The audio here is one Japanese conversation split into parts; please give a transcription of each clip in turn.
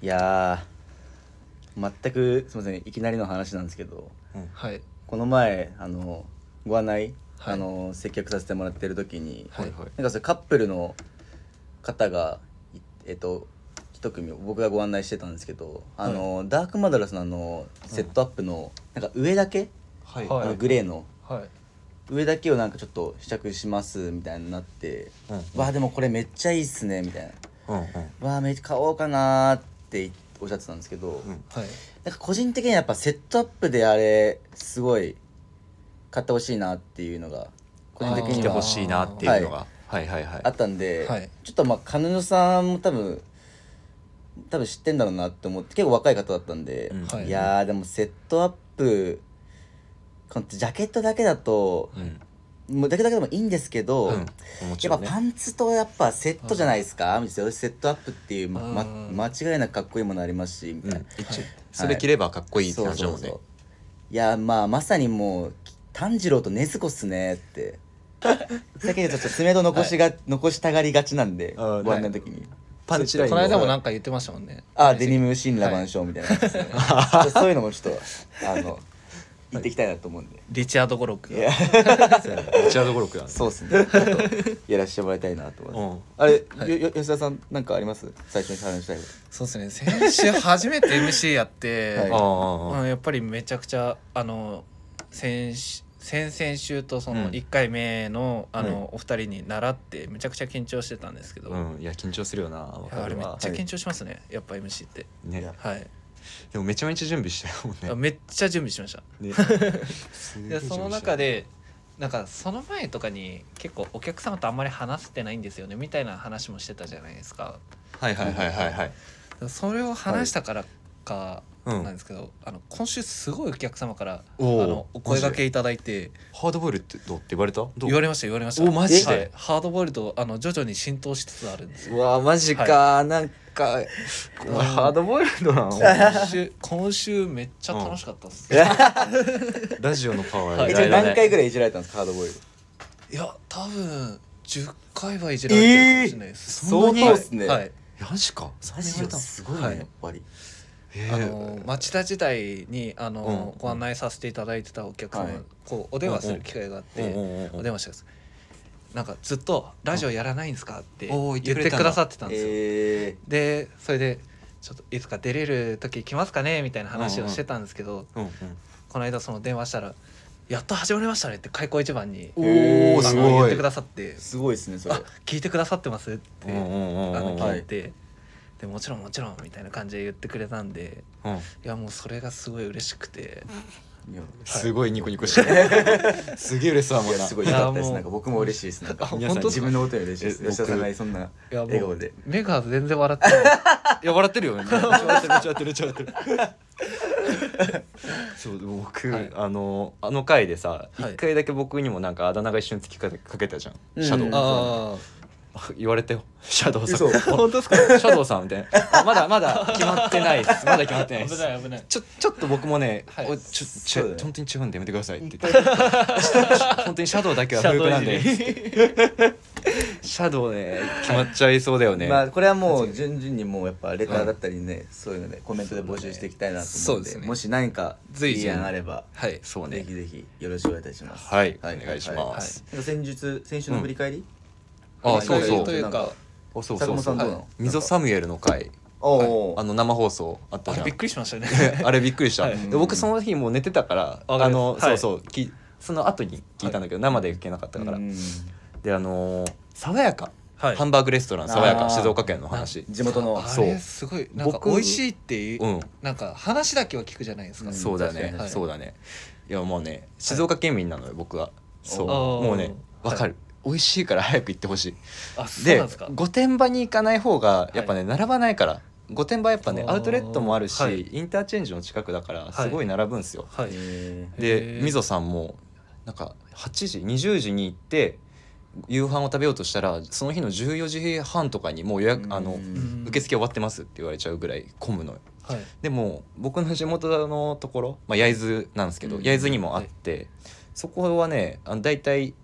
いやー全くすみませんいきなりの話なんですけどはいこの前あのご案内、はいあの接客させてもらってる時に、はいはいなんかそれカップルの方がいえっと一組僕がご案内してたんですけどあの、ダークマドラスのあのセットアップの、なんか上だけ、はいはいあのグレーのはい上だけをなんかちょっと試着しますみたいになって「うんわあでもこれめっちゃいいっすね」みたいなうんうん「わあめっちゃ買おうかな」っておっしゃってたんですけど、うんはいなんか個人的にはやっぱセットアップであれすごい買ってほしいなっていうのが個人的あー来にてほはしいなっていうのがはいはいはいあったんで、はいちょっとまあ彼女さんも多分多分知ってんだろうなって思って結構若い方だったんで、うんはいいやーでもセットアップこのジャケットだけだと、うんもうだけだけでもいいんですけど、うんもちやろっんぱねパンツとやっぱセットじゃないですか、みたいなセットアップっていう、ままうん間違いなくかっこいいものありますしみたいな、うん一応それ着ればかっこいいって話だもそうそんうねそういやまあまさにもう炭治郎と禰豆子っすねってだけどちょっと爪痕残しが、残したがりがちなんであーご案内の時に、パンチラインこの間もをなんか言ってましたもんねああデニム神羅万象みたいなやつですね、そういうのもちょっとあの行っていきたいなと思うんで、 リチャード・ゴロックいやがリチャード・ゴロクだねそうっすねちょっと やらせてもらいたいなと思います、あれ、よよ吉田さんなんかあります最初に話したいこそうですね先週初めて MC やって、はいああうん、やっぱりめちゃくちゃあの先し先々週とそうんの1回目の,、あのお二人に習ってめちゃくちゃ緊張してたんですけど、ういんいや緊張するよなわやかあれるめっわちゃ緊張しますね、やっぱ MC ってねはい、でもめちゃめちゃ準備してるもんねあめっちゃ準備しましたねすげえでその中準備してるでなんかその前とかに結構お客様とあんまり話せてないんですよねみたいな話もしてたじゃないですかはいはいはいはいはいそれを話したからかうなんんですけど、あの今週すごいお客様からあおーのお声掛けいただいてハードボイルってどうって言われたどう言われました言われましたおマジではいハードボイルドあの徐々に浸透しつつあるんですようわマジ かなんかお前ハードボイルドなの今週今週めっちゃ楽しかったっす、いラジオのパワはーれいえちなみ偉いにだね何回ぐらいいじられたんですかハードボイルや多分10回はいじられてるかもしれないです、そんなに相当っすね、はいマジかマジですごいね、はいやっぱりえあーの町田時代にあの、うんご案内させていただいてたお客様、はいこうお電話する機会があって、うんうんうんお電話してますなんかずっと「ラジオやらないんですか?」っておお言っ言ってくれてたんだくださってたんですよ、えでそれで「ちょっといつか出れる時来ますかね?」みたいな話をしてたんですけど、うんうんこの間その電話したら「やっと始まりましたね」って開口一番におーあのすごい言ってくださってー、すごいですね「それあ聞いてくださってます」っうんて、うんうんうんあのは聞いいて、で「もちろんもちろん」みたいな感じで言ってくれたんでうんいやもうそれがすごい嬉しくていやすごいニコニコしてるすげえ嬉しそうだもいんやなすごい良かったでいやもすうなんか僕も嬉しいですなんか皆さん自分のことより嬉しいですえ僕吉田さんがそんないやも笑顔うで目が全然笑って ないいや笑ってるよね。めっちゃ笑ってるめっちゃ笑ってるめっちゃ笑ってる。そうでも僕、はいあのあの回でさ一、はい回だけ僕にもなんかあだ名が一緒につきかけかけたじゃん。うんシャドウ。ああ言われたよ。 シャドウさん。嘘 本当ですか。シャドウさんみたいな。あまだまだ決まってないです。まだ決ま ってないです。い危ないちょちょっと僕もね、はいおちょちそうだょね本当に違うんでやめてくださいって言って 本当にシャドウだけは不服なんでシ シャドウね決まっちゃいそうだ よね、まあこれはもう順々にもうやっぱレターだったりねそういうのでコメントで募集していきたいなと思うそんうでですねもし何かい随時い案あればはいそうぜねひぜひよろしくお願いいたしますはいお願いしますはいなんか先日先週の振り返りあそそううそそううというかおそう坂そう本そさうんどうなの溝サムエルの回おあおの生放送あったあじれゃんびっくりしましたねあれびっくり した、はいで僕その日もう寝てたからわかありますの、はいそうそうきその後に聞いたんだけど、生で聞けなかったから、であのー爽やか、 はいハンバーグレストラン爽やかあー静岡県の話地元のあそうれすごいなんか僕美味しいっていう、うんなんか話だけは聞くじゃないですか、うんそうだね確、かにそうだねいやもうね静岡県民なのよ、僕はそうおーもうねわかる、美味しいから早く行ってほしいあそうでなんですか御殿場に行かない方がやっぱね、並ばないから御殿場やっぱねあーアウトレットもあるし、はいインターチェンジの近くだからはいすごい並ぶんですよ、はいえーでへーみぞさんもなんか8時20時に行って夕飯を食べようとしたらその日の14時半とかにもう予約あうのんうん受付終わってますって言われちゃうぐらい混むのよはいでも僕の地元のところ、まあ、焼津なんですけど、うん焼津にもあって、そこはねあの大体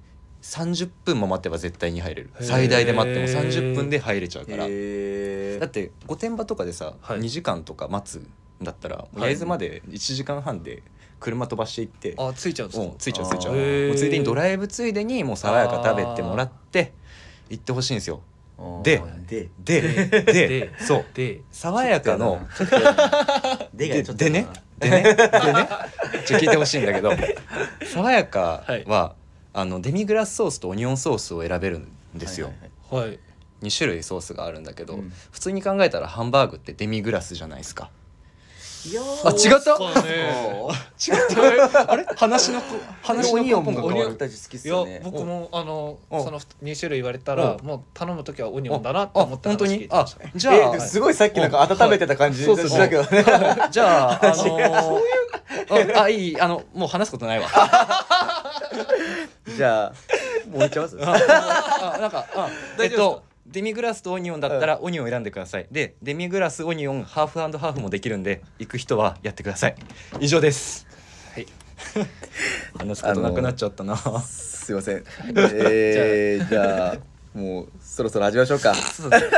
30分も待てば絶対に入れるへー最大で待っても30分で入れちゃうから、ええだって御殿場とかでさ、はい2時間とか待つんだったらもうはい焼津まで1時間半で車飛ばしていって、あついちゃうんですもうかついちゃうついちゃうあーもうついでにドライブついでにもう爽やか食べてもらって行ってほしいんですよあーでででででそうで爽やかのちょっとやだなでがでちょっとでやだねなでねでねちょっと聞いてほしいんだけど爽やかは、あのデミグラスソースとオニオンソースを選べるんですよ、はいはいはい2種類ソースがあるんだけど、うん普通に考えたらハンバーグってデミグラスじゃないですかいやーあ違ったそうそうね違ったあれ 話のこ話話ののオニオ根ン本がも変わる僕たち好きっすいよやね僕もあのおその2種類言われたらおもう頼む時はオニオンだなあと思って本当話聞いにてまあしたじゃえあすごいさっきなんか温めてた感じそうそうしたけどね じゃあ、あのー あ、あいい、あの、もう話すことないわ。あじゃあもういっちゃいますあなんか、あえ大っ丈夫ですと、デミグラスとオニオンだったら、オニオン選んでください。で、デミグラス、オニオン、ハーフハーフもできるんで、行く人はやってください。以上です。はい。 話すことなくなっちゃったな。すいませんえーじゃあもうそろそろ始めましょうかそうですね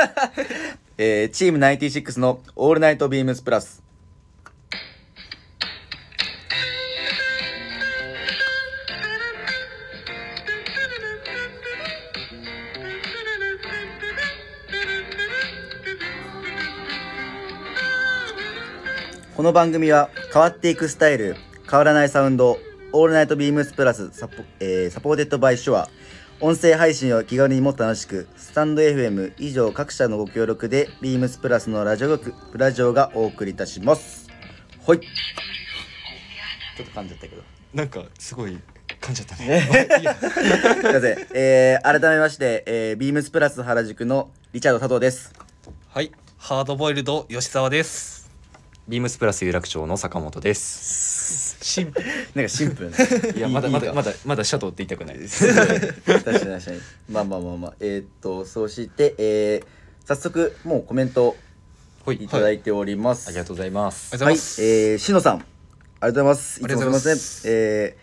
えーチーム96の「オールナイトビームスプラスこの番組は変わっていくスタイル変わらないサウンドオールナイトビームスプラスサポ,、えーサポーテッドバイシュア音声配信を気軽にもっと楽しくスタンド FM 以上各社のご協力でビームスプラスのラジオ局ラジオがお送りいたしますほいちょっと噛んじゃったけど なんか、すごい、噛んじゃったね。いやすいません、えー、改めまして、えー、ビームスプラス原宿のリチャード佐藤ですはいハードボイルド吉沢ですビームスプラス有楽町の坂本です。シンプルなんかシンプルないや、まだいいまかだ、まだ、まだシャドウって言いたくないです。確かに確かにまあまあまあまあえーっとそうして、えー、早速もうコメントほいいただいております、ありがとうございます。ありがとうございますはい、えー、しのさんありがとうございますいつもすみませんえー、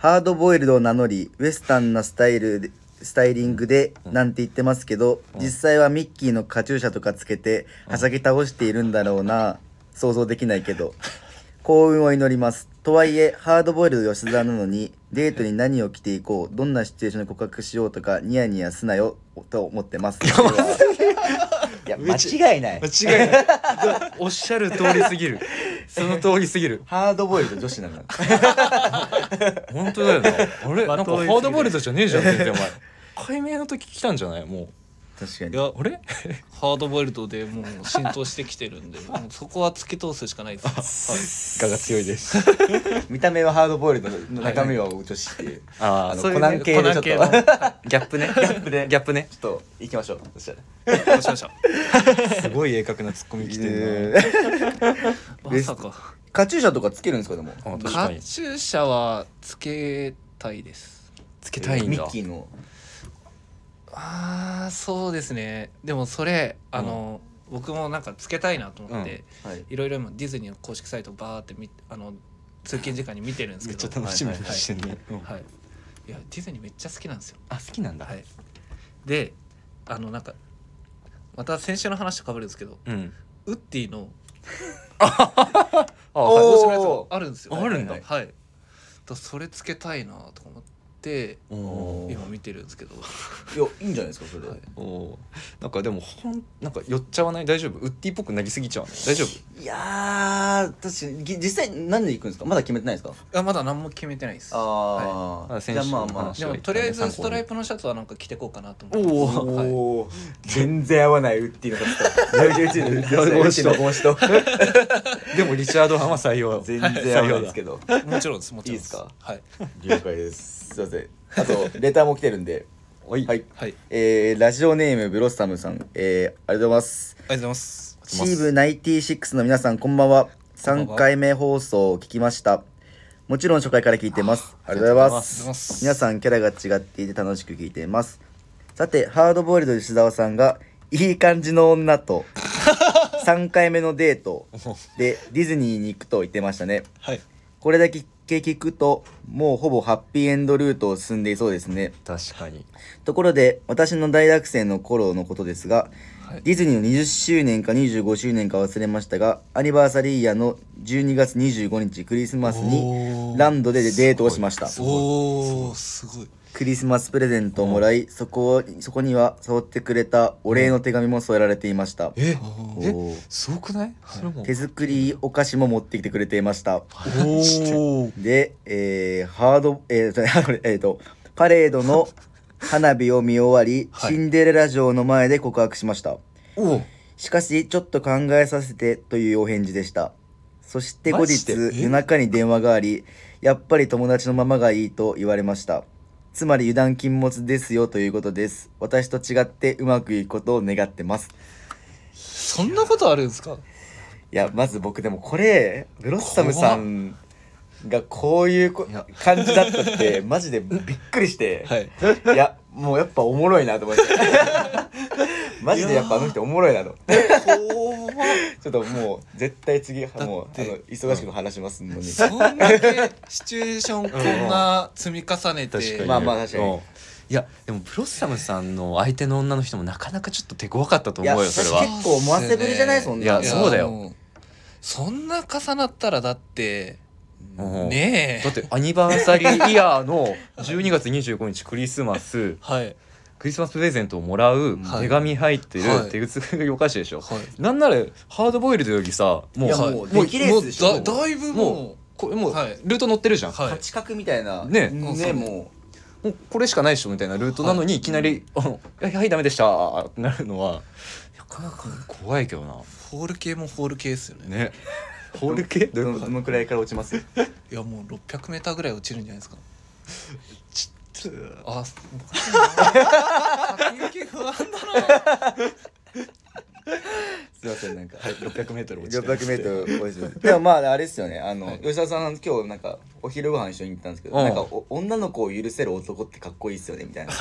ハードボイルドを名乗りウエスタンなスタイルでスタイリングでなんて言ってますけど、実際はミッキーのカチューシャとかつけてはしゃぎ倒しているんだろうな想像できないけど幸運を祈りますとはいえハードボイルド吉沢なのにデートに何を着ていこうどんなシチュエーションで告白しようとかニヤニヤすなよと思ってますいや間違いない 間違 いないおっしゃる通りすぎるその通りすぎるハードボイルド女子なの本当だよなあれまなあんかハ通り過ぎるードボイルドじゃねえじゃん全然お前解明の時来たんじゃないも確かいにやうあれハードボイルドでもう浸透してきてるんで もうそこは突き通すしかないです画が強いです見た目はハードボイルドの中身は女子っていうあああのそういコうナンね系でちょっとコギナン系のャギャップ ねップでギャップねちょっと行きましょうそしたらはいどうしましたすごい鋭角なツッコミ来てるえーまさかカチューシャとかつけるんですかでもなあ確カかにチューシャはつけたいですつけたいんミだッキーのあーそうですねでもそれあの、僕もなんかつけたいなと思って、はいいろいろ今ディズニーの公式サイトバーってみあの通勤時間に見てるんですめけっどちゃ楽しみにはいしてるねうんはい、いやディズニーめっちゃ好きなんですよあ好きなんだはいであのなんかまた先週の話とかぶるんですけどうんウッディのあおーはい帽子のやつがあるんですよあるんだはいはいだからそれつけたいなとか思っておー今見てるんですけどいやいいんじゃないですかそれおーなんかでもほんなんか寄っちゃわない大丈夫ウッディっぽくなりすぎちゃうの大丈夫いやー確かにぎ実際何で行くんですかまだ決めてないですかあまだ何も決めてないですあはあいじゃあまあまあでもとりあえずストライプのシャツはなんか着てこうかなとあ思ってますはいおー全然合わないウッディの 方とウッディのウッディのウッディの帽子とでもリチャード派は採用全然合わないですけどどもちろんですもちろんいいですかはい了解ですすいませんあとレターも来てるんではいはいはいえーラジオネームブロッサムさん、えーありがとうございますありがとうございますチーム96の皆さんこんばんは3回目放送を聞きましたもちろん初回から聞いてますありがとうございまありすがとうございます皆さんキャラが違っていて楽しく聞いていますさてハードボイルド吉沢さんがいい感じの女 と3回目のデートでディズニーに行くと言ってましたねはいこれだけけ聞くともうほぼハッピーエンドルートを進んでいそうですね確かにところで私の大学生の頃のことですが、はいディズニーの20周年か25周年か忘れましたがアニバーサリーイヤーの12月25日クリスマスにおーランドでデートをしましたすごいおーすごいクリスマスプレゼントをもらいそこそこには添ってくれたお礼の手紙も添えられていました、えおえおーすごくないそれも手作りお菓子も持ってきてくれていましたおーで、えーハード、えー と、これえーと、パレードの花火を見終わり、はいシンデレラ城の前で告白しました。おうしかし、ちょっと考えさせてというお返事でした。そして後マジ日で、え夜中に電話があり、やっぱり友達のままがいいと言われました。つまり油断禁物ですよということです。私と違ってうまくいくことを願ってます。そんなことあるんですかいや、まず僕でもこれ、ブロッサムさんがこういうこいや感じだった って、マジでびっくりして。はいいや、もうやっぱおもろいなと思 って。マジでやっぱあの人おもろいなと。ちょっともう絶対次てもうあの忙しく話しますのに。そんだけシチュエーションこんな積み重ね確かてにまあまあ確かにうんいやでもブロッサムさんの相手の女の人もなかなかちょっと手強かったとい思やうよ結それは構思わせぶりじゃないそそうっんすねなの。いやそうだよもうそんな重なったらだってうんねえだってアニバーサリーイヤーの12月25日クリスマスはいクリスマスプレゼントをもらうはい手紙入ってるはい手作りお菓子でしょはいなんならハードボイルドよりさいもうやさもう出来レースでしょもうだだいぶももうこれもうはいルート乗ってるじゃんうはい八角みたいな。ねねももうこれしかないでしょみたいなルートなのにいきなり「あのはいはいダメでした」ってなるのはなかなか怖いけどなホール系もホール系ですよねねホール系うどのどのくらいから落ちます。いやもう 600m ぐらい落ちるんじゃないですかちょっとあ 先行き不安だなすいませんなんか。はい、600メートル落ち六てま百すメートルです。 でもまああれですよね。あの、はい吉田さん今日なんかお昼ご飯一緒に行ったんですけど、うんなんかお女の子を許せる男ってかっこいいですよねみたいな。あ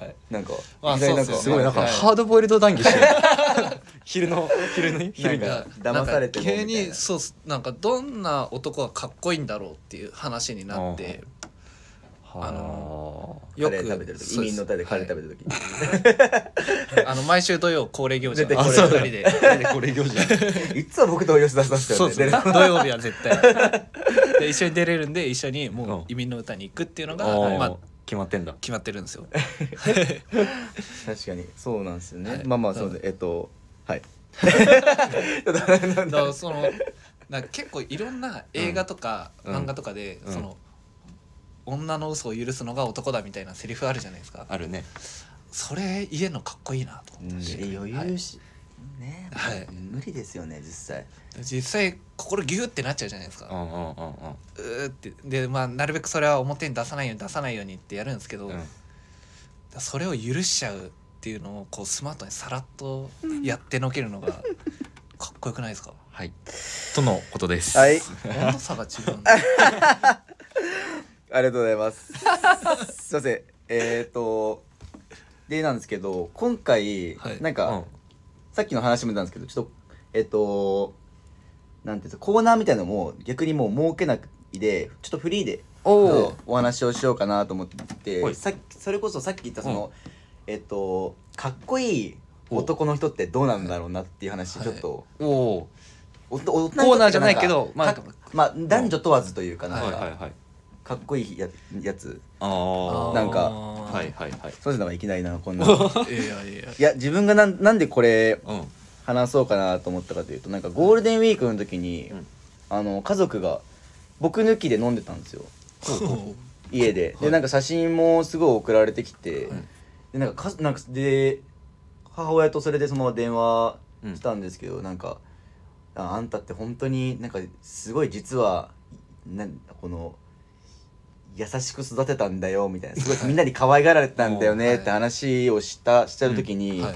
あ、なんかあ意外なそうっすごいなんかはいハードボイルド談義してる 昼の昼の昼なんがか騙されてもみたいな急にそうっすなんかどんな男がかっこいいんだろうっていう話になってあのカよくレー食べてる時移そうっす民のタでカレーはい食べてる時。あの毎週土曜恒例行事絶対なんで恒二例人でこれ行事 いつも僕と吉田さんですそようね。で すねで土曜日は絶対で一緒に出れるんで一緒にうんもう移民の歌に行くっていうのが、まがあ、決まってんだ決まってるんで すよ確かにそうなんですよね。はいまあまあそうです。えっとはい。ちょっとだからそのなんか結構いろんな映画とかうん漫画とかで、うんその女の嘘を許すのが男だみたいなセリフあるじゃないですかあるねそれ言えんのかっこいいなと思って、余裕し、ね、はい無理ですよね実際。実際心ギューってなっちゃうじゃないですうか、んうんうんうんうーってでまあなるべくそれは表に出さないように出さないようにってやるんですけど、うんそれを許しちゃうっていうのをこうスマートにさらっとやってのけるのがかっこよくない ですかはいとのことですはい温度差が違うんだありがとうござい ます。すいません。えっ、と、でなんですけど、今回、はいなんうか、んさっきの話もなんですけど、ちょっと、えっ、と、なんていうんですか、コーナーみたいなのも逆にもう設けなくていいで、ちょっとフリーでおおお話をしようかなと思って、はいさっきそれこそさっき言ったその、えっ、と、かっこいい男の人ってどうなんだろうなっていう話、はいちょっと、おおおとおコーナーじゃないけどまあまあ、まあ、男女問わずというかーなんはいか、はいはいかっこいいややつ。ああーーなんかはいはいはいそういうのはいきないなこんな いやいやいや自分がなんなんでこれうん話そうかなと思ったかというとなんかゴールデンウィークの時に、うんあの家族が僕抜きで飲んでたんですよ家で、でなんか写真もすごい送られてきて、はいでなんかかなんかで母親とそれでそのまま電話したんですけど、なんかああんたって本当になんかすごい実はなんこの優しく育てたんだよみたいなすごいみんなに可愛がられてたんだよはねいって話をしたしてる時に、はい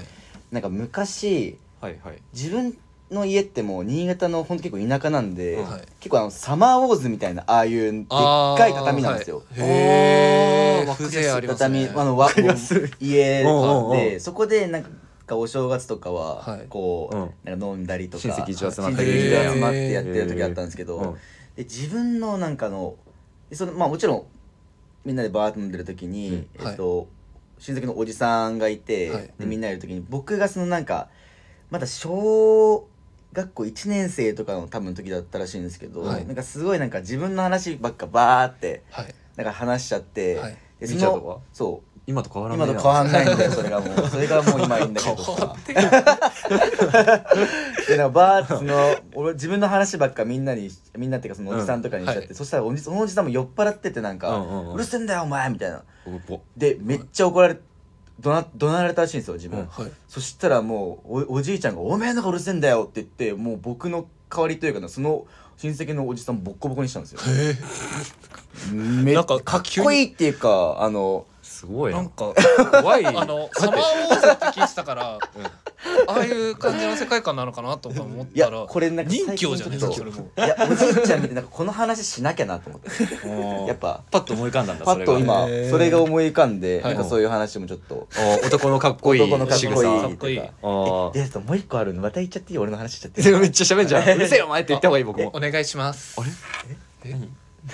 なんか昔はいはい自分の家ってもう新潟のほんと結構田舎なんで、はい結構あのサマーウォーズみたいなああいうでっあーかい畳なんですよ。はいへえあー風情あります畳ねあのわかりやすいもう家うんうんうでそこでなんかお正月とかははいこう、うんなんか飲んだりとか親戚一親緒集まったり戚一緒集まってへーやってる時あったんですけど、うんでえ自分のなんかのえそのまあもちろんみんなでバーッと飲んでる時に、うんえっと親戚のおじさんがいて、はいでみんないる時に僕がそのなんかまだ小学校1年生とかの多分時だったらしいんですけど、はいなんかすごいなんか自分の話ばっかバーってはいなんか話しちゃって、はいでみーちゃんとかそう今と変わらな今いとな変わんないんだよそれがもうそれがもう今いいんだけど さでなんかバーッてその俺自分の話ばっかみんなにみんなっていうかそのおじさんとかにしちゃって、うんそしたらおじそのおじさんも酔っ払っててなんか「うんうんうんうるせえんだよお前」みたいなおぼでめっちゃ怒られ怒鳴怒鳴られたらしいんですよ自分、うんはいそしたらもうおおじいちゃんが「おめえのがうるせえんだよ」って言ってもう僕の代わりというかなその親戚のおじさんボッコボコにしたんですよえめっなんかかっこいいっていうかあのすごいー、ななんか怖いあのサマーウォーズって聞いてたから、ああいう感じの世界観なのかなとか思っいたやらこれなんか任最侠近じゃないちでょすっとかそれもいやおじいちゃん見てなんかこの話しなきゃなと思ってうんやっぱパッと思い浮かんだんだパッと今へーそれが思い浮かんではないんかそういう話もちょっとそれがあ男のかっこいい男のかっ仕こい草いこいいと仕かあえであともう一個あるのまた言っちゃっていい俺の話しちゃっていいあめっちゃ喋んじ ゃんうるせえよお前って言った方がいい僕もお願いしますあれ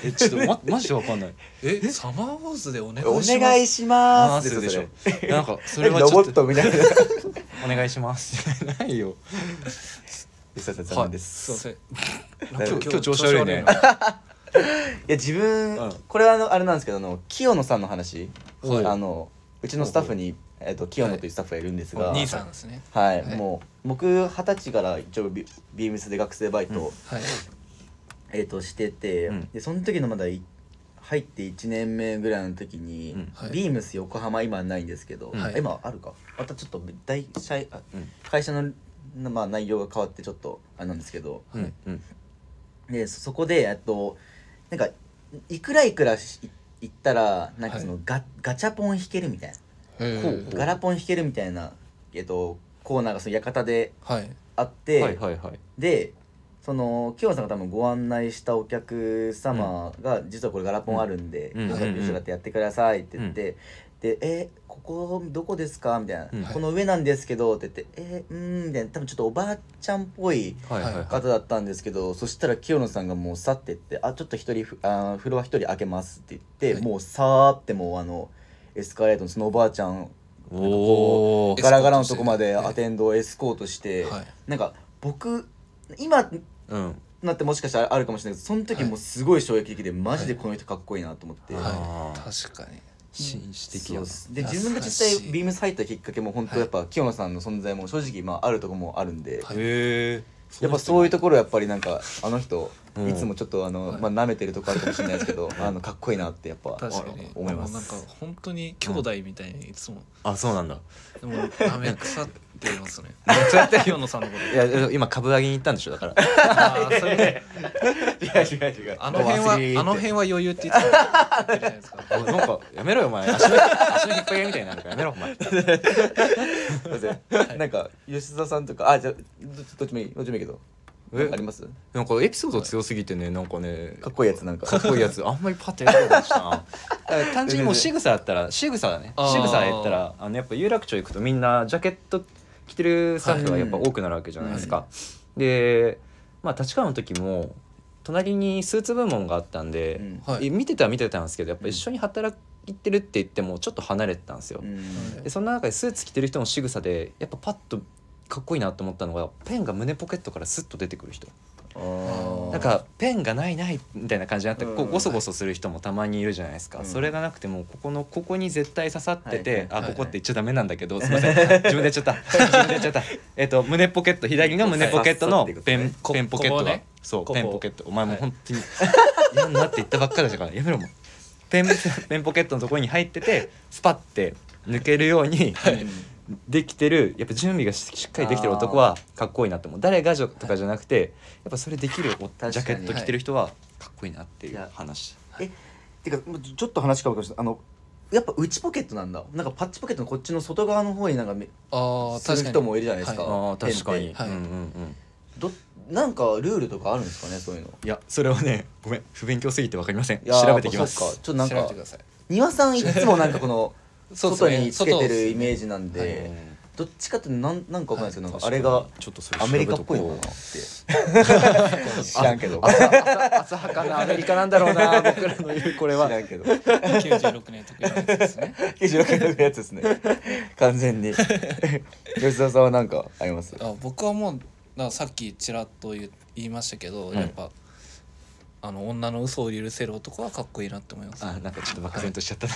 えちょっとまマジでわかんないえサマーウォーズでお願いしおます願いしまあすすでしょすなんかそそれれなんはかロボッちょっトとみたいなお願いします ないよすいません残は念いですいません今 日今日今日調子悪いね調子悪いや自分、うんこれはあのあれなんですけどあの清野さんの話、はいあのうちのスタッフに、えっと清野というスタッフがいるんですが、いはのい兄さんですねはいもう僕二十歳から一応ビビームスで学生バイト、はいえっとしてて、うんでその時のまだい入って1年目ぐらいの時に、うんはいビームス横浜今ないんですけど、はい今あるかまたちょっと大社あうん会社の、まあ、内容が変わってちょっとあれなんですけど、うんうんでそそこでえっとなんかいくらいくらし行ったらなんかその、ガガチャポン弾けるみたいへこなうーガラポン弾けるみたいな、えっと、コーナーがその館ではいあって、はいはいはいでその清野さんが多分ご案内したお客様が、実はこれガラポンあるんで、うんようんしよかったらやってくださいって言って、で「えここどこですか?」みたいな、うんこの上なんですけど」って言って「えうーん」みたいな多分ちょっとおばあちゃんっぽいはいはいはい方だったんですけど、そしたら清野さんがもう去ってって「あちょっと一人ふあーフロア一人開けます」って言って、はいもうさーってもうあのエスカレートのそのおばあちゃんおおエスコートしてガラガラのとこまではいアテンドをエスコートして、はいなんか僕今うんなってもしかしたらあるかもしれないけどその時はいもうすごい衝撃的で、マジでこの人かっこいいなと思って、はあい確かに紳士的そうやっつすで優しい自分が実際ビームス入ったきっかけも本当はいやっぱ清野さんの存在も正直まああるとこもあるんで、はいへえやっぱそういうとところやっぱりなんかあの人、うんいつもちょっとあの、はいまあ舐めてるとこあるかもしれないですけどあのかっこいいなってやっぱ確かにあ思いまもうなんかす。本当に兄弟みたいにいつも、あそうなんだでも舐め腐っ ていますねめっちゃって野さんのこといや今株上げに行ったんでしょだからあーそれ違う違う違うあの辺は忘れてあの辺は余裕って言ってた言ってるじゃないですかおなんかやめろよお前足の足の引っ張り合いみたいになるからやめろお 前すいませんなんか吉田さんとかあじゃあどどっちもいいどっちもいいけどえありますなんかエピソード強すぎてねなんかねかっこいいやつなんかかっこいいやつあんまりパッてやらなしたな だから単純にもう仕草だったら仕草だねあー仕草やったらあのやっぱ有楽町行くとみんなジャケット着てるスタッフがやっぱ多くなるわけじゃないですか、でまあ立川の時も隣にスーツ部門があったんで、うんはいえ見てたは見てたんですけどやっぱ一緒に働いてるって言ってもちょっと離れてたんですよ、うんでそんな中でスーツ着てる人の仕草でやっぱパッとかっこいいなと思ったのがペンが胸ポケットからスッと出てくる人あーなんかペンがないないみたいな感じになってこううんゴソゴソする人もたまにいるじゃないですか、うんそれがなくてもここのここに絶対刺さってて、はいはいあはいここって言っちゃダメなんだけど、すみません自分で言っちゃった自分で言っちゃった えっと胸ポケット左の胸ポケットの刺さってペるンこペンポケットが、ここねそうここペンポケットお前もう本 当に嫌になって言ったばっかりだからやめろもうペン ペンポケットのところに入っててスパッて抜けるようにできてるやっぱ準備がししっかりできてる男はかっこいいなと思う誰がじゃとかじゃなくて、やっぱそれできるおかにジャケット着てる人はかっこいいなっていはいう話てかもうちょっと話変わるかもしれないあのやっぱ内ポケットなんだなんかパッチポケットのこっちの外側の方になんかめああする確か人にもいるじゃないですか、はあーペンって確かに、はいうんうんうんどなんかルールとかあるんですかねそういうのいやそれはねごめん不勉強すぎてわかりませんいやー調べてきまそっかすちょっとなん調べかてください庭さんいつもなんかこのそうっす外ねにつけて外っするねイメージなんでうんどっちかってなんなんかわかんないですけど、なんかあれ確がかにちょっとそれアメリカっぽいのか調べなっとこて知らんけど浅浅 浅はかなアメリカなんだろう な僕らの言うこれは知らんけど96年得意なやつですね96年のやつですね完全に吉田さんはなんかありますあ僕はもうなさっきちらっと言言いましたけど、んやっぱあの女の嘘を許せる男はかっこいいなって思いますあなんかちょっと漠然としちゃったな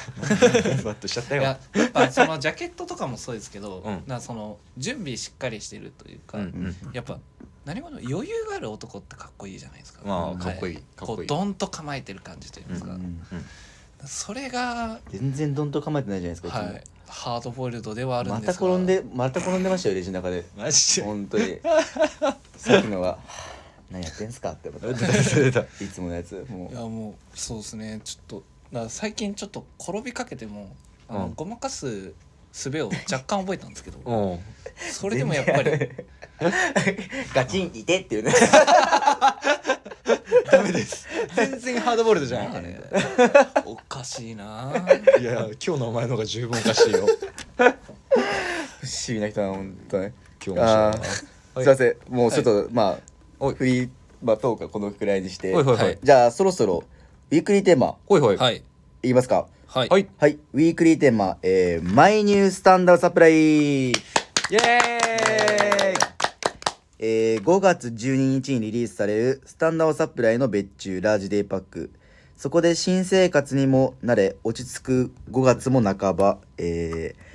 ふわっとしちゃったいよややっぱそのジャケットとかもそうですけど、うんなその準備しっかりしてるというか、うんうんやっぱ何事も余裕がある男ってかっこいいじゃないですか、まあはいかっこいいかっここいういドンと構えてる感じといいますか、それが全然どんと構えてないじゃないですか、はいつもいハードボイルドではあるんまですがた転んでまた転んでましたよレジの中 でマジで本当にさっきのが「何やってんすか?」って 思っ出たた出たいつものやつもいやもうそうですねちょっとだから最近ちょっと転びかけてもあの、うんごまかす術を若干覚えたんですけどうんそれでもやっぱりう ガチンいてって いうねダメです全然ハードボールドじゃんあいれおかしいなあや今日のお前の方が十分おかし いよ不思議な人だな本当に今日あもーすいませんもうちょっと、まあはいフリー、まあ、トークはこのくらいにしてはいはいははいいじゃあそろそろウィークリーテーマほいほいはいいいきますかはい、はいはいウィークリーテーマ、えーマイニュースタンダードサプライイエーイえー5月12日にリリースされるスタンダードサプライの別注ラージデイパックそこで新生活にも慣れ落ち着く5月も半ば、えー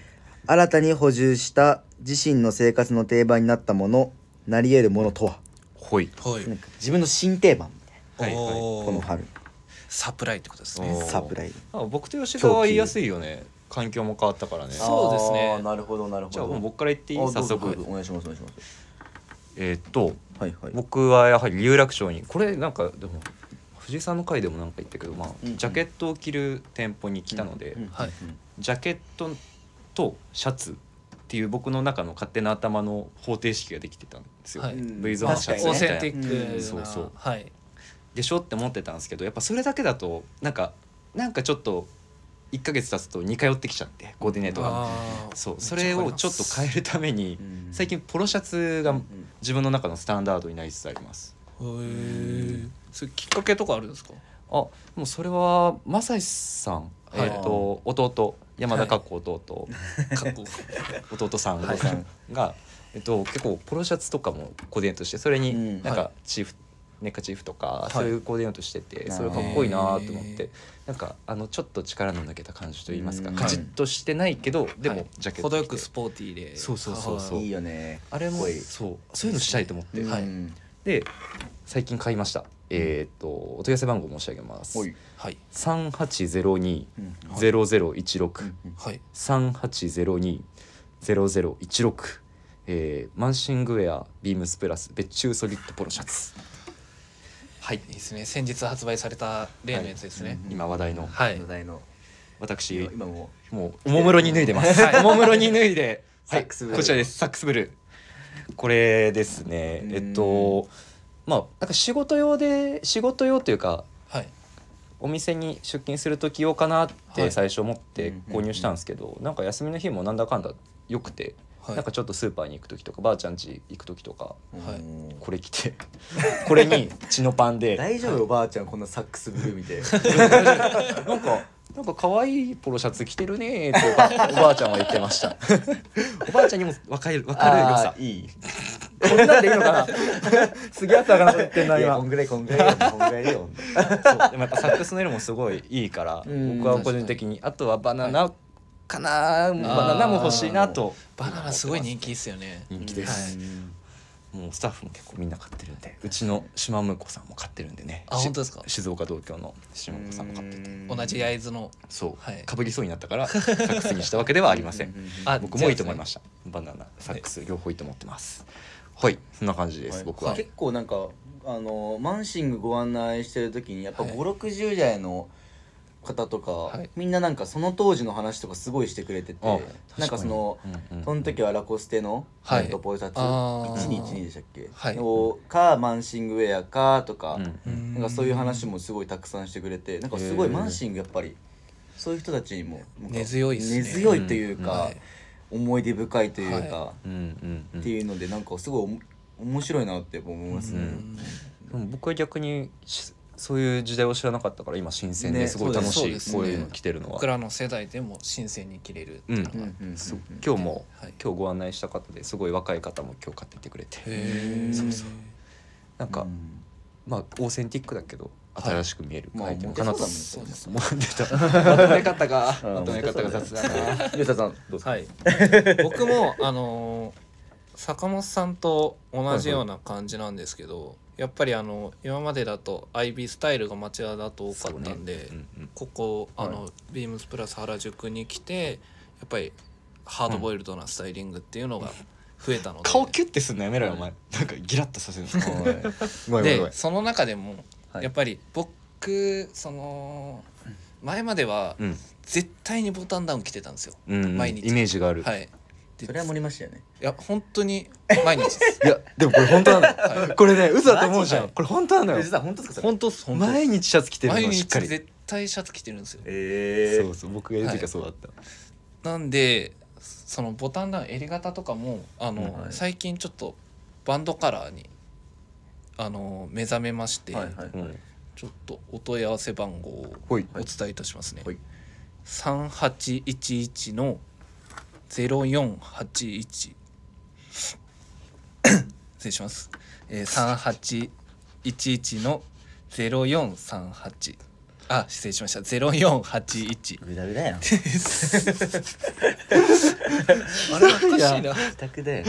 新たに補充した自身の生活の定番になったものなり得るものとはほいはいなんか自分の新定番みたいはいはいおなーこの春サプライってことですおねーサプライあ僕と吉田は言いやすいよね環境も変わったからねそうですねあーなるほどなるほどじゃあもう僕から言っていいあどうぞ早速、どうぞお願いしますお願いしますえーっとはいはい僕はやはり有楽町にこれなんかでも藤井さんの回でもなんか言ったけど、まあうんうんジャケットを着る店舗に来たので、うんはいジャケットとシャツっていう僕の中の勝手な頭の方程式ができてたんですよ、はい V ゾーンのシャ確ツかにみたオーいセンなティックな、うんそうそうはいでしょって思ってたんですけどやっぱそれだけだとなんかなんかちょっと1ヶ月経つと似通ってきちゃってコーディネートがあーそうそれをちょっと変えるためにうん最近ポロシャツが自分の中のスタンダードになりつつありますへえそれきっかけとかあるんですかあもうそれは正志さん、はいえっと弟山田かっこ弟、かっこ弟さんはい弟さんが、えっと、結構ポロシャツとかもコーディネートしてそれうにんなんはかチーフ、ネッカチーフとかいそういうコーディネートしてて、あーそれかっこいいなと思っへてなんかあのちょっと力の抜けた感じといいますか、うんカチッとしてないけど ではもいジャケット着て、程よくスポーティーでそうそうそうそういいよねあれかっもこいいそうそういうのしたいと思って、うんはいうんで最近買いました、えっとお問い合わせ番号申し上げます。おいはい三八ゼロ二うんゼロゼロ一六はい三八ゼロ二ゼロゼロ一六マンシングウェアビームスプラス別注ソリッドポロシャツはいいいですね先日発売された例のやつですね今話題のはい土台の私今ももうおもむろに脱いでます、 おもむろに脱いで、サックスブルーこちらですサックスブルーこれですねうんえっとまあなんか仕事用で仕事用というかはいお店に出勤する時用かなっはてい最初思ってうん購入したんですけど、なんか休みの日もなんだかんだ良くて、はいなんかちょっとスーパーに行く時とかばあちゃん家行く時とかうはいうんこれ着てこれにチノパン で大丈夫おばあちゃんこんなサックスブルー見てなんかなんか可愛いポロシャツ着てるねーとかおばあちゃんは言ってました おばあちゃんにも分かる分かる良あさーいい こんなんでいいのか な杉原さんが言ってんないや今こんぐらいこんぐらいよこんぐらいよそうでもやっぱサックスの色もすごいいいからうん僕は個人的にあとはバナナかな、バナナも欲しいなとバナナすごい人気ですよね人気です、もうスタッフも結構みんな買ってるんでうちの島婿さんも買ってるんでねあし本当ですか静岡同郷の島婿さんも買ってて同じや焼津のそう、はいかぶりそうになったからサックスにしたわけではありませんあ僕もいいと思いましたバナナサいックス両方いいと思ってますはいそんな感じです、僕は、結構なんかあのマンシングご案内してる時にやっぱはい560代の方とか、いみんななんかその当時の話とかすごいしてくれててあなんかその確かにうんうんうんその時はラコステの、はいえっとポイシャツあー1212でしたっけ、はいをかマンシングウェアかとか、うんうなんかそういう話もすごいたくさんしてくれてなんかすごいマンシングやっぱりそういう人たちにもなんか根強いっすね根強いというか、はい思い出深いというか、うんうんうんっていうのでなんかすごいおも面白いなって思いますね、うんでも僕は逆にしそういう時代を知らなかったから今新鮮ですごい楽しい、ねそうですこういうの来てるのは僕らの世代でも新鮮に切れるっていうのが、うんうんそう今日も、はい今日ご案内した方ですごい若い方も今日買っててくれてへえそうそうなんか、うんまあオーセンティックだけど新しく見えるまあアイテムかなと思モテそうだもんね思ってたまとめ方がうんまとめ方が雑だな吉田さんどうぞはい、僕もあのー坂本さんと同じような感じなんですけど、やっぱりあの今までだと IB スタイルが町田だと多かったんで、うんうんここあの、はビームスプラス原宿に来てやっぱりハードボイルドなスタイリングっていうのが増えたので、顔キュッてすんのやめろよお前なんかギラッとさせるのごめんごめんごめんでその中でもはいやっぱり僕その前まではうん絶対にボタンダウン着てたんですよ、うんうん毎日イメージがある、はいでそれは盛りましたよねいや本当に毎日ですいやでもこれ本当なの、はこれね嘘だと思うじゃんマジこれ 本当なのよ吉田さん本当ですかそれ本当っす本当っす毎日シャツ着てる毎のしっか日り絶対シャツ着てるんですよえそうそう僕が言う時はそうだった、なんでそのボタンダウン襟型とかもあの、はい最近ちょっとバンドカラーにあの目覚めまして、はいはいうんちょっとお問い合わせ番号をおほい伝えいたしますね、はい3811の0481 失礼します、えー、3811の0438あ失礼しました0481 グダグダやんあれおかしい な全くだよ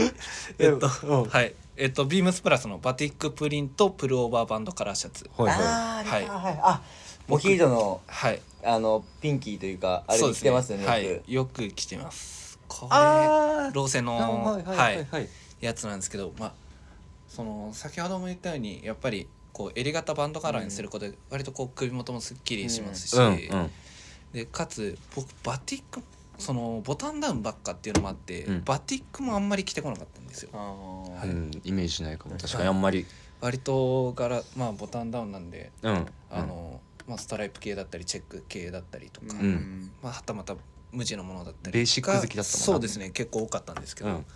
えっとうんはいはいえっとビームスプラスのバティックプリントプルオーバーバンドカラーシャツはあいーあれはいはいはいあモヒートのはいあのピンキーというかあれそうにで着てますよねはよいくよく着てますこれあローセあのはいははいはいいはいやつなんですけどまあその先ほども言ったようにやっぱりこう襟型バンドカラーにすることで割とこう首元もすっきりしますし、うんうんでかつ僕バティックそのボタンダウンばっかっていうのもあって、うん、バティックもあんまり着てこなかったんですよあーはいうん、イメージないかも確かにあんまり、割と柄まあボタンダウンなんでうんあの、まあ、ストライプ系だったりチェック系だったりとか、うんまあ、はたまた無地のものだったりベーシック好きだったもんなそうですね結構多かったんですけうど、ん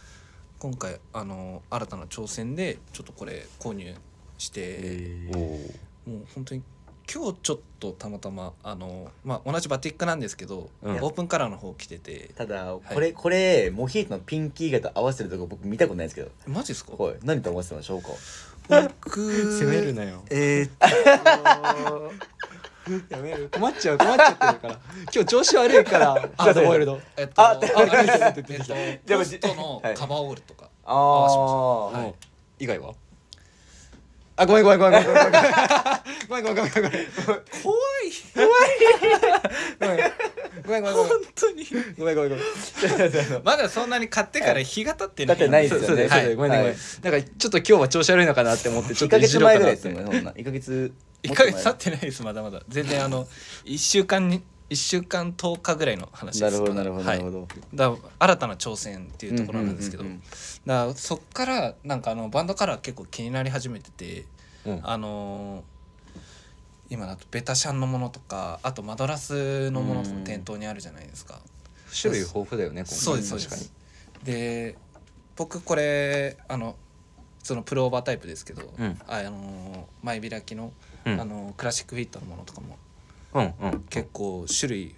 今回あの新たな挑戦でちょっとこれ購入して、おーもう本当に今日ちょっとたまたまあの、まあ、同じバティックなんですけど、うんオープンカラーの方着ててただいこれこれモヒートのピンキー型合わせるとこ僕見たことないですけどマジですかはい何と合わせてましょうか僕攻めるなよえーやめる困っちゃう困っちゃってるから今日調子悪いからハードボイルドえっと、ああ、あれですえっと、ポストのカバーオールとか。あわせあうん以外はあごめんごめんごめんごめんごめんごめんごめんごめんごめんごめんごめん怖い。ごめんごめん本当に。ごめんごめんごめんごめんまだそんなに買ってから日が経ってな経っい。てないそでうすそよねうだよそうだよごめんねごめはいんなんかちょっと今日は調子悪いのかなって思ってちょ1っヶといじ月ろう前かぐらないっですてよねそんな1ヶ月一ヶ月経ってないです、まだまだ。全然 あの、一週間に、一週間10日ぐらいの話でなす。るほどなるほどはないるほどだから新たな挑戦っていうところなんですけど、うんうんうんうんだからそっからなんかあのバンドカラー結構気になり始めてて、うんあのー今だとベタシャンのものとかあとマドラスのものとかうん店頭にあるじゃないですか、種類豊富だよね今回そうですそうですで僕これあのそのプロオーバータイプですけど、うんああのー前開きの,、うんあのクラシックフィットのものとかも確かにうん結構種類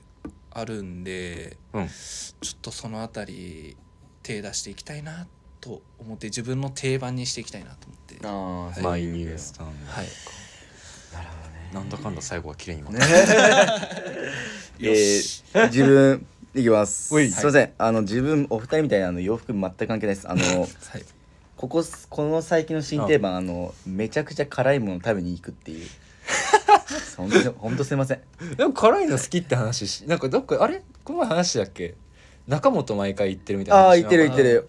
あるんでうんうんちょっとそのあたり手出していきたいなと思って自分の定番にしていきたいなと思ってあーそうマイニ ュースタンはいドなんだかんだ最後は綺麗にまとめたえー自分いきますすおいいませんあの自分お二人みたいなあの洋服全く関係ないですあ のはいこここの最近の新定番あのめちゃくちゃ辛いものを食べに行くって いう本当に本当すいませんでも辛いの好きって話しなんかどっかあれこの前話したっけ中本毎回行ってるみたいなああー話言ってる言っなんかてる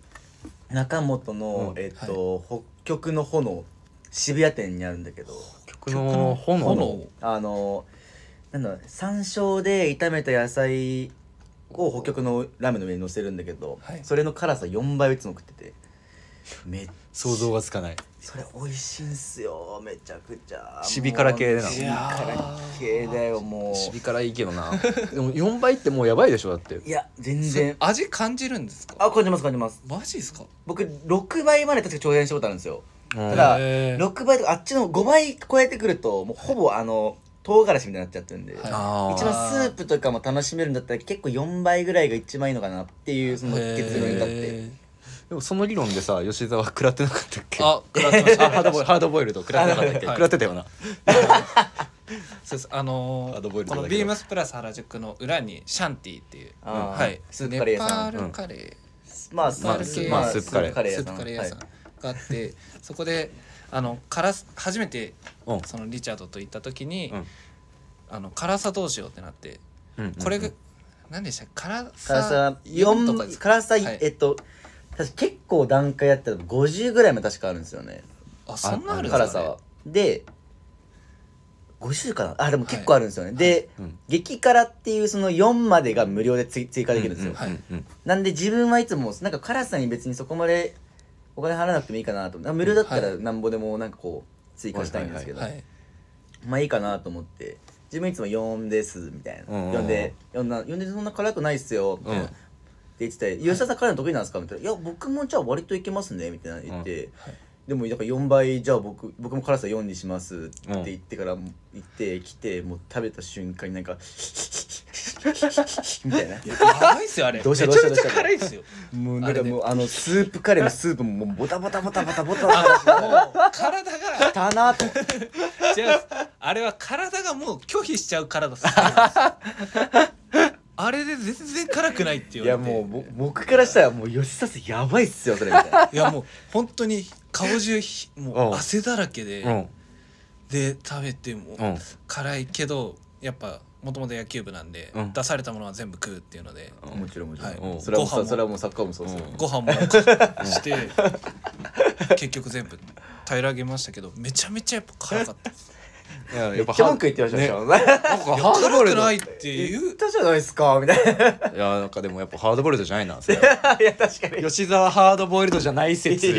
中本の、うんえっと、北極の炎渋谷店にあるんだけど曲の炎炎あのなんだろう山椒で炒めた野菜を北極のラーメンの上に乗せるんだけど、はいそれの辛さ4倍いつも食っててめ想像がつかないそれ美味しいんすよめちゃくちゃシビ辛系なのシビ辛系だよもシうビ辛いいけどなでも4倍ってもうやばいでしょだっていや全それ然味感じるんですかあ感じます感じますマジですか僕6倍まで確か挑戦したことあるんですよたただへー6倍とかあっちの5倍超えてくるともうほぼあの唐辛子みたいになっちゃってるんで、はいあ一番スープとかも楽しめるんだったら結構4倍ぐらいが一番いいのかなっていうその結論に至ってへーでもその理論でさ吉沢食らってなかったっけーあ食らってましあたハードボイルハードボイルド食らってなかったっけはい食らってたよなそうですあのアドボイー、ルドだけこどのビームスプラス原宿の裏にシャンティっていうあーはいスープカレー屋さんネパールカレー、まあまあスープまあスープカレーススープープカカレレー屋ー屋ささんんがあって、そこであの辛す初めてうんそのリチャードと行った時に、うんあの辛さどうしようってなってうんこれが、何でしたっけ辛辛ささ4とかです4辛さはいえっと確か結構段階やったら50ぐらいも確かあるんですよねあそんなあるんですか、ね、辛さはで50かなあでも結構あるんですよねでうん激辛っていうその4までが無料で追追加できるんですよはいうんうんなんで自分はいつもなんか辛さに別にそこまでお金払わなくてもいいかなと思って無料だったらはなんぼでもなんかこう追加したいんですけどはいまあいいかなと思って自分いつも4ですみたいなうんうんうん4で4な4でそんな辛くないっすよみたいな、うんって言ってて「吉田さん辛いの得意なんですか?」みたいな「いや僕もじゃあ割といけますね」みたいな言って、でもだから4倍じゃあ僕僕も辛さ4にしますって言ってから行ってきてもう食べた瞬間になんか みたいなやばいっすよあれどうしためどうしちたゃめちゃ辛いっすよもうなあんかれねもうあのスープカレーのスープももうボタボタボタボタボタボもタう体 がだなと違うっすあれは体がもう拒否しちゃう体っす あれで全然辛くないって言いわれやてもうぼ僕からしたらもう吉田さんやばいっすよそれみたいな。いやもう本当に顔中ひもうんう汗だらけで、うんで食べてもうん辛いけどやっぱもともと野球部なんで、うん出されたものは全部食うっていうので、もちろんもちろん、はいうんそれはもうさご飯もそれはもうサッカーもそうですよ、うんご飯もして、結局全部平らげましたけどめちゃめちゃやっぱ辛かったですいやめやっぱちゃ文句言ってましたねよ、ね、なんかいやハードボイ辛ルドくないって言いっうたじゃないですかみたいないやなんかでもやっぱハードボイルドじゃないなそれや確かに吉沢ハードボイルドじゃない説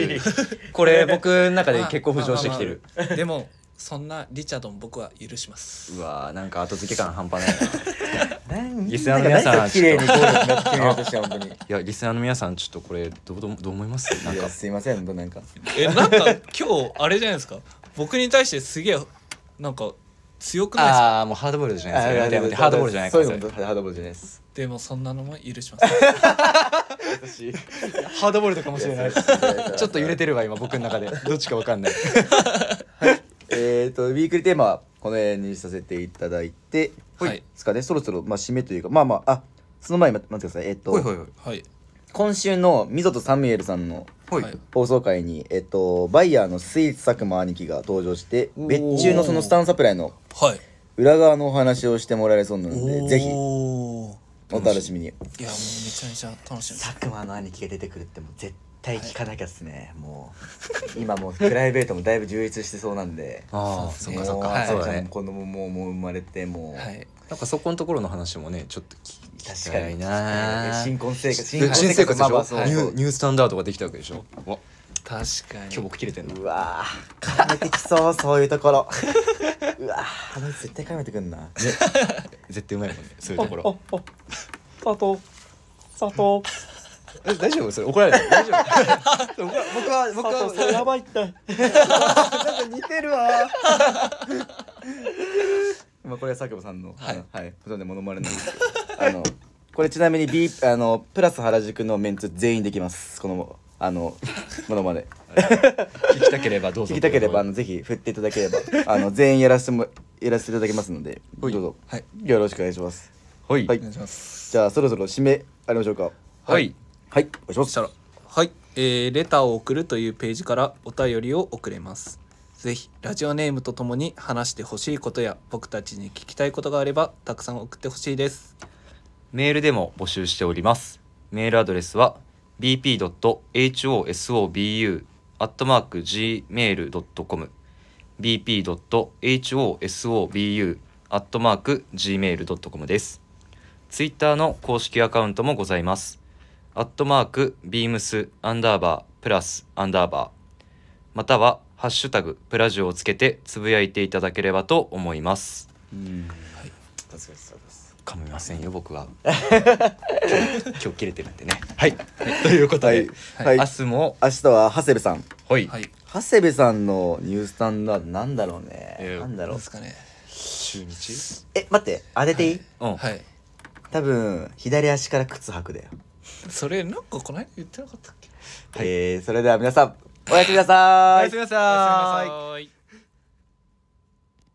これ僕の中で結構浮上してきてる、まあまあまあでもそんなリチャードも僕は許しますうわーなんか後付け感半端ないな何リスナーの皆さんか綺麗にゴールになってみようとして本当にいやリスナーの皆さんちょっとこれどうどうどう思 いますなんいかやすいません本当なんかえなんか今日あれじゃないですか僕に対してすげえなんか強くないですかああもうハードボイルドじゃないですよやめてやめてハードボイルドじゃないかそうらいうそのれもハードボールじゃないですでもそんなのも許します私ハードボイルドかもしれない ちょっと揺れてるわ今僕の 中でどっちかわかんないえっとウィークリーテーマはこの辺にさせていただいてはいですかねそろそろまあ締めというかまあまああその前に待って待ってくださいえっといはいはい今週の溝とサミュエルさんのほいはい放送会に、えっと、バイヤーのスイーツ佐久間兄貴が登場して別注のそのスタンサプライのはい裏側のお話をしてもらえそうなのでぜひおおー楽しみにいやもうめちゃめちゃ楽しみです久間の兄貴が出てくるってもう絶対聞かなきゃっすね、 もう今もうプライベートもだいぶ充実してそうなんでああそそうっでかすねそっもかそう赤ちゃだんもね子供ももう生まれてもう、はいなんかそこのところの話もねちょっと聞き確たかいになー新婚生活新生活でまあしまあそょうニそうューニュースタンダードができたわけでしょうわ確かに今日僕切れてんのうわー絡めてきそうそういうところうわーあの人絶対絡めてくんな絶対うまいもんねそういうところ佐藤佐藤え大丈夫それ怒られない大丈 夫僕は僕は僕は佐藤やばいってなんか似てるわまあこれは佐久間さんのははいい、はい、ほとんどモノマネなんですけど あのこれちなみに B あのプラス原宿のメンツ全員できますこのあのモノマ ネ聞きたければどうぞ聞きたければあのぜひ振っていただければあの全員やらせてもやらせていただきますのでどうぞ、はいよろしくお願いしますはいははいいお願いしますじゃあそろそろ締めありましょうかはいはいお願いしまそしすたらはい、えーレターを送るというページからお便りを送れますぜひラジオネームとともに話してほしいことや僕たちに聞きたいことがあればたくさん送ってほしいですメールでも募集しておりますメールアドレスは bp.hosobu.gmail.com bp.hosobu.gmail.com ですツイッターの公式アカウントもございますアットマークビームスアンダーバープラスアンダーバーまたは「ハッシュタグプラジオ」をつけてつぶやいていただければと思いますうん確かにそうです噛みませんよ僕は今日今日切れてるんでねはい、ということで、はい明日も明日は長谷部さんほい、はい。長谷部さんのニュースタンダードなんだろうね、えーなんだどうろうですかね。中日え待って当てていい、うん、はい。多分左足から靴履くだよ、それ、なんかこの間言ってなかったっけえーそれでは皆さんおやすみなさーいおやすみなさーいおやすみなさい。